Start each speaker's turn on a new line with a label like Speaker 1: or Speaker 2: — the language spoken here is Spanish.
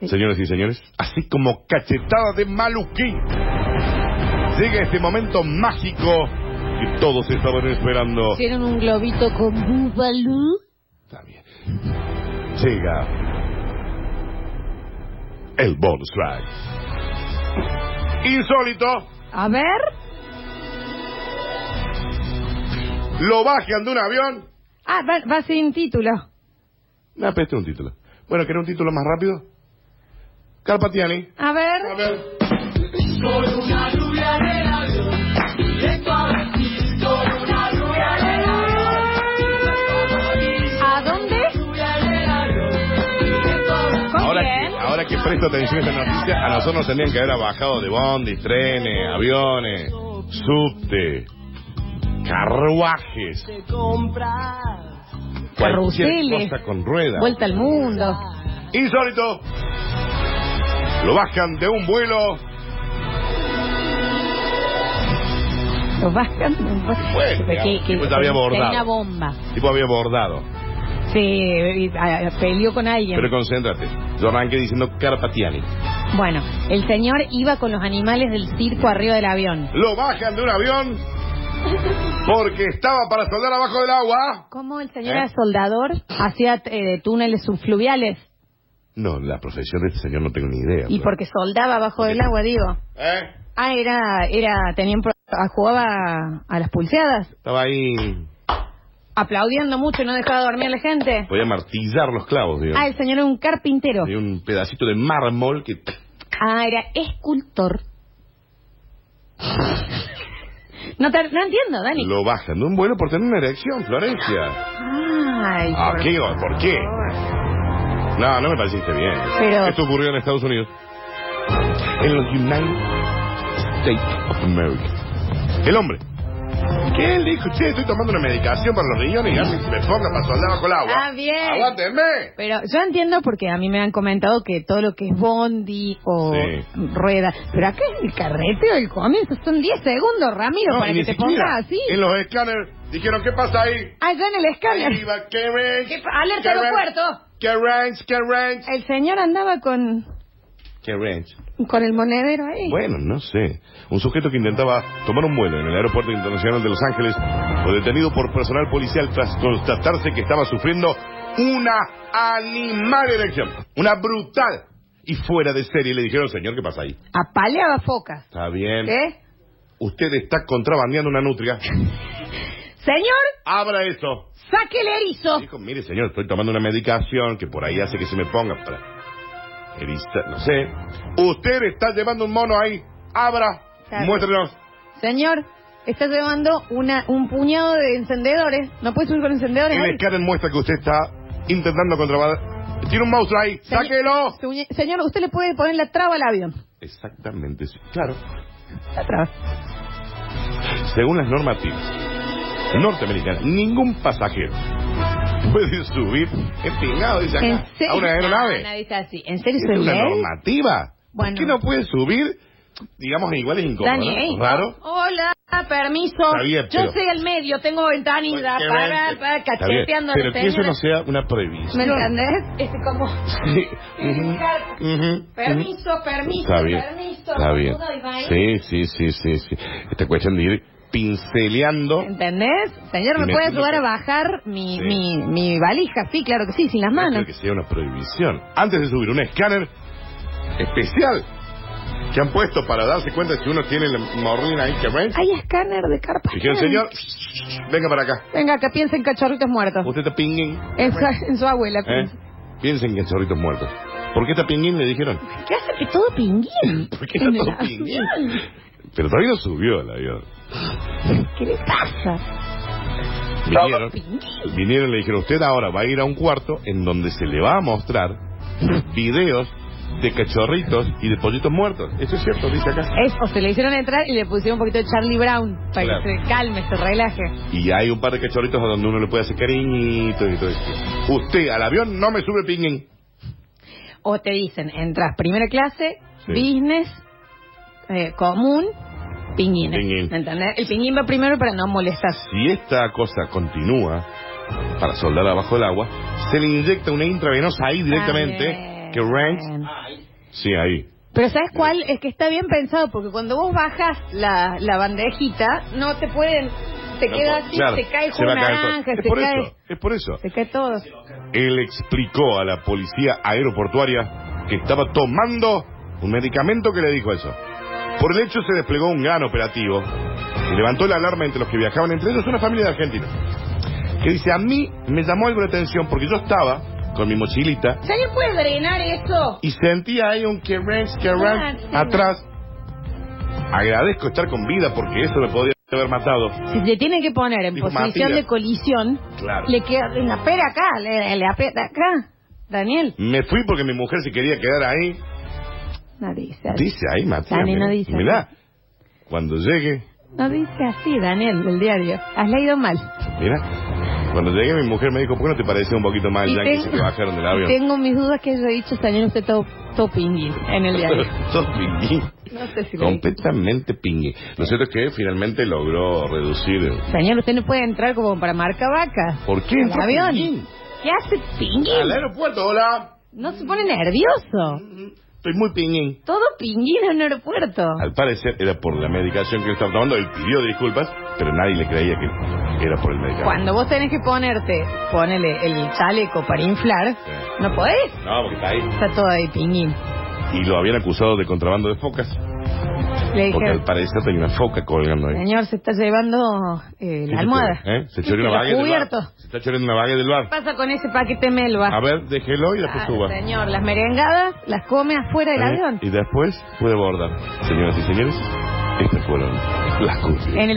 Speaker 1: Señoras y señores, así como cachetada de maluquín, llega este momento mágico que todos estaban esperando.
Speaker 2: Hicieron un globito con Bubalú.
Speaker 1: Está bien. Llega el bonus track. Insólito,
Speaker 2: A ver.
Speaker 1: lo bajan de un avión.
Speaker 2: Ah, va, va sin título.
Speaker 1: Me apetece un título. Bueno, ¿querés un título más rápido? Carpatiani.
Speaker 2: A ver.
Speaker 1: A ver.
Speaker 2: ¿A dónde? ¿Con
Speaker 1: Ahora
Speaker 2: quién?
Speaker 1: que, ahora que presto atención a esta noticia, a nosotros nos tendrían que haber bajado de bondis, trenes, aviones, subte, carruajes. Cualquier
Speaker 2: Carruseles.
Speaker 1: cosa con ruedas.
Speaker 2: Vuelta al mundo.
Speaker 1: Insólito. Lo bajan de un vuelo.
Speaker 2: Los bajan. pues
Speaker 1: Bueno, digamos, tipo, te había abordado.
Speaker 2: una bomba.
Speaker 1: Tipo había bordado.
Speaker 2: Sí, y, ah, peleó con alguien.
Speaker 1: Pero concéntrate. Yo arranqué diciendo Carpatiani.
Speaker 2: Bueno, el señor iba con los animales del circo arriba del avión.
Speaker 1: Lo bajan de un avión porque estaba para soldar abajo del agua.
Speaker 2: ¿Cómo el señor
Speaker 1: ¿Eh?
Speaker 2: era soldador hacía eh, túneles subfluviales?
Speaker 1: No, la profesión de este señor no tengo ni idea. pues.
Speaker 2: Y porque soldaba bajo del agua, digo.
Speaker 1: ¿Eh?
Speaker 2: Ah, era, era, tenían, pro- ah, jugaba a las pulseadas,
Speaker 1: Estaba ahí
Speaker 2: aplaudiendo mucho y no dejaba dormir a la gente.
Speaker 1: Podía martillar los clavos, digo.
Speaker 2: Ah, el señor era un carpintero.
Speaker 1: Había un pedacito de mármol que...
Speaker 2: Ah, era escultor. No, te- no entiendo, Dani.
Speaker 1: Lo bajan de un vuelo por tener una erección, Florencia.
Speaker 2: Ay,
Speaker 1: Ah,
Speaker 2: por
Speaker 1: ¿qué? ¿Por qué?
Speaker 2: favor.
Speaker 1: No, no me pareciste bien.
Speaker 2: Pero-
Speaker 1: Esto ocurrió en Estados Unidos. En los United States of America. El hombre. Que él dijo, che, estoy tomando una medicación para los riñones y hacen que me ponga para soldar bajo el agua.
Speaker 2: Ah, bien.
Speaker 1: ¡Aguántenme!
Speaker 2: Pero yo entiendo porque a mí me han comentado que todo lo que es bondi o
Speaker 1: Sí.
Speaker 2: rueda. Pero acá es el carreteo, el comienzo. Son 10 segundos, Ramiro,
Speaker 1: No,
Speaker 2: para
Speaker 1: y
Speaker 2: que
Speaker 1: ni
Speaker 2: te
Speaker 1: siquiera.
Speaker 2: pongas así.
Speaker 1: En los escáneres dijeron, ¿qué pasa ahí?
Speaker 2: Allá en el
Speaker 1: Ahí
Speaker 2: escáner.
Speaker 1: va, ¿qué range?
Speaker 2: ¿Qué pa- alerta
Speaker 1: ¿Qué range?
Speaker 2: aeropuerto?
Speaker 1: ¿Qué range? ¿Qué range?
Speaker 2: El señor andaba con, Eh.
Speaker 1: ¿Qué range?
Speaker 2: con el monedero ahí.
Speaker 1: Bueno, no sé. Un sujeto que intentaba tomar un vuelo en el aeropuerto internacional de Los Ángeles fue detenido por personal policial tras constatarse que estaba sufriendo una animal erección. Una brutal y fuera de serie. Le dijeron, señor, ¿qué pasa ahí?
Speaker 2: Apaleaba focas.
Speaker 1: Está bien.
Speaker 2: ¿Qué?
Speaker 1: Usted está contrabandeando una nutria.
Speaker 2: Señor,
Speaker 1: Abra eso.
Speaker 2: saque el erizo.
Speaker 1: Dijo, mire, señor, estoy tomando una medicación que por ahí hace que se me ponga para... eriza- no sé. Usted está llevando un mono ahí. Abra.
Speaker 2: Claro.
Speaker 1: Muéstrenos.
Speaker 2: Señor, está llevando una, un puñado de encendedores. No puede subir con encendedores.
Speaker 1: El
Speaker 2: ahí.
Speaker 1: escáner muestra que usted está intentando contrabandar. Tiene un mouse ahí,
Speaker 2: Señor-
Speaker 1: sáquelo.
Speaker 2: Suñe- Señor, usted le puede poner la traba al avión.
Speaker 1: Exactamente, sí. Claro.
Speaker 2: La traba.
Speaker 1: Según las normativas norteamericanas, ningún pasajero puede subir empingado, dice acá,
Speaker 2: ¿En serio?
Speaker 1: a una
Speaker 2: No, no,
Speaker 1: aeronave.
Speaker 2: Ah, dice así. ¿En serio
Speaker 1: Es
Speaker 2: soy
Speaker 1: una
Speaker 2: gay?
Speaker 1: normativa.
Speaker 2: Bueno.
Speaker 1: ¿Por qué no puede subir, digamos, igual es incómodo?
Speaker 2: Dani,
Speaker 1: ¿no?
Speaker 2: ¿eh?
Speaker 1: Raro.
Speaker 2: Hola, permiso.
Speaker 1: Está bien,
Speaker 2: Yo
Speaker 1: pero- Pues,
Speaker 2: soy el medio, tengo ventanilla
Speaker 1: Qué
Speaker 2: para,
Speaker 1: bien. Está
Speaker 2: para
Speaker 1: bien,
Speaker 2: cacheteando a la
Speaker 1: Pero que eso
Speaker 2: señora.
Speaker 1: no sea una previsión.
Speaker 2: ¿Me entendés? Este como...
Speaker 1: Sí.
Speaker 2: Ujú,
Speaker 1: ujú,
Speaker 2: Permiso,
Speaker 1: ujú.
Speaker 2: permiso,
Speaker 1: Está bien,
Speaker 2: permiso,
Speaker 1: Está bien.
Speaker 2: saludo, Ibai.
Speaker 1: Sí, sí, sí, sí, sí. Esta cuestión de ir pinceleando.
Speaker 2: ¿Entendés? Señor, ¿me
Speaker 1: Y me
Speaker 2: puede
Speaker 1: entiendo
Speaker 2: ayudar a
Speaker 1: que-
Speaker 2: bajar mi,
Speaker 1: Sí.
Speaker 2: mi, mi valija? Sí, claro que sí, sin las manos.
Speaker 1: Creo que sea una prohibición. Antes de subir un escáner especial que han puesto para darse cuenta si uno tiene la morrina ahí que ven.
Speaker 2: Hay escáner de carpa.
Speaker 1: Dijeron, señor, venga para acá.
Speaker 2: Venga, que piensen cachorritos muertos.
Speaker 1: Usted está pingüín.
Speaker 2: En su, en su abuela.
Speaker 1: ¿eh?
Speaker 2: piensa.
Speaker 1: Piensen que en zorritos muertos. ¿Por qué está pingüín? Le dijeron.
Speaker 2: ¿Qué hace que todo pinguín?
Speaker 1: ¿Por qué está
Speaker 2: En el
Speaker 1: todo pingüín?
Speaker 2: avión.
Speaker 1: Pero todavía no subió el avión.
Speaker 2: ¿Qué le pasa?
Speaker 1: Vinieron, vinieron y le dijeron, usted ahora va a ir a un cuarto en donde se le va a mostrar videos de cachorritos y de pollitos muertos. Eso es cierto, dice acá.
Speaker 2: Es, o se le hicieron entrar y le pusieron un poquito de Charlie Brown para
Speaker 1: Claro.
Speaker 2: que se calme, se relaje.
Speaker 1: Y hay un par de cachorritos a donde uno le puede hacer cariñitos y todo eso. Usted al avión no me sube pingüín.
Speaker 2: O te dicen, entras primera clase,
Speaker 1: Sí.
Speaker 2: business, eh, común, pinguines.
Speaker 1: Pinguín.
Speaker 2: ¿Entendés? El pinguín va primero para no molestar.
Speaker 1: Si esta cosa continúa para soldar abajo del agua, se le inyecta una intravenosa ahí directamente
Speaker 2: Ah, bien.
Speaker 1: que Ranks. Sí, ahí.
Speaker 2: Pero ¿sabes cuál? Es que está bien pensado, porque cuando vos bajas la, la bandejita, no te pueden... Te
Speaker 1: No,
Speaker 2: queda
Speaker 1: no,
Speaker 2: así,
Speaker 1: claro,
Speaker 2: se cae
Speaker 1: se va
Speaker 2: una
Speaker 1: a caer todo.
Speaker 2: naranja,
Speaker 1: Es
Speaker 2: se
Speaker 1: por
Speaker 2: cae...
Speaker 1: eso, es por eso.
Speaker 2: Se cae todo.
Speaker 1: Él explicó a la policía aeroportuaria que estaba tomando un medicamento que le dijo eso. Por el hecho se desplegó un gran operativo y levantó la alarma entre los que viajaban, entre ellos una familia de argentinos. Que dice, a mí me llamó algo la atención porque yo estaba con mi mochilita
Speaker 2: ¿Si alguien puede drenar eso?
Speaker 1: y sentía ahí un querrens,
Speaker 2: Ah,
Speaker 1: querrens
Speaker 2: sí.
Speaker 1: atrás. Agradezco estar con vida porque eso me podría haber matado.
Speaker 2: Si le tiene que poner en
Speaker 1: Dijo
Speaker 2: posición
Speaker 1: Matilda.
Speaker 2: de colisión,
Speaker 1: Claro.
Speaker 2: le queda le apera acá, le, le aprieta acá. Daniel,
Speaker 1: Me fui porque mi mujer se quería quedar ahí.
Speaker 2: no dice así.
Speaker 1: Dice ahí, Matías.
Speaker 2: Dani, no
Speaker 1: mirá,
Speaker 2: dice.
Speaker 1: mirá, cuando llegue,
Speaker 2: No dice así, Daniel, del diario. Has leído mal.
Speaker 1: mira, cuando llegue mi mujer me dijo, ¿por qué no te parecía un poquito más
Speaker 2: Y
Speaker 1: el yankee
Speaker 2: tengo-
Speaker 1: Ah, que bajaron del avión?
Speaker 2: Tengo mis dudas que haya dicho señor usted todo, todo pinguín en el diario.
Speaker 1: Sos pingüí.
Speaker 2: No sé si lo dijo.
Speaker 1: Completamente pingüí. Lo cierto es que finalmente logró reducir.
Speaker 2: Señor, usted no puede entrar como para marca vaca.
Speaker 1: ¿Por qué?
Speaker 2: Al
Speaker 1: entró
Speaker 2: avión.
Speaker 1: pingüín?
Speaker 2: ¿Qué hace
Speaker 1: Al
Speaker 2: pinguín?
Speaker 1: aeropuerto, hola.
Speaker 2: No se pone nervioso.
Speaker 1: Estoy muy pingüín.
Speaker 2: Todo pinguín en un aeropuerto.
Speaker 1: Al parecer era por la medicación que él estaba tomando. Él pidió disculpas, pero nadie le creía que era por el medicamento.
Speaker 2: Cuando vos tenés que ponerte, ponele el chaleco para inflar,
Speaker 1: Sí.
Speaker 2: no podés.
Speaker 1: No, porque está ahí.
Speaker 2: Está todo ahí pinguín.
Speaker 1: Y lo habían acusado de contrabando de focas.
Speaker 2: Le
Speaker 1: Porque al
Speaker 2: dije,
Speaker 1: parecer tenía una foca colgando ahí.
Speaker 2: señor, se está llevando eh, la almohada.
Speaker 1: ¿Eh? Se
Speaker 2: Sí,
Speaker 1: choreó
Speaker 2: pero
Speaker 1: una vaga del bar.
Speaker 2: cubierto.
Speaker 1: Se está choreando una vaga del bar.
Speaker 2: ¿Qué pasa con ese paquete melva?
Speaker 1: A ver, déjelo y después
Speaker 2: Ah,
Speaker 1: suba.
Speaker 2: señor, las merengadas las come afuera del
Speaker 1: ¿Eh?
Speaker 2: avión.
Speaker 1: Y después puede abordar. Señoras y señores, estas fueron las cursis.
Speaker 2: En el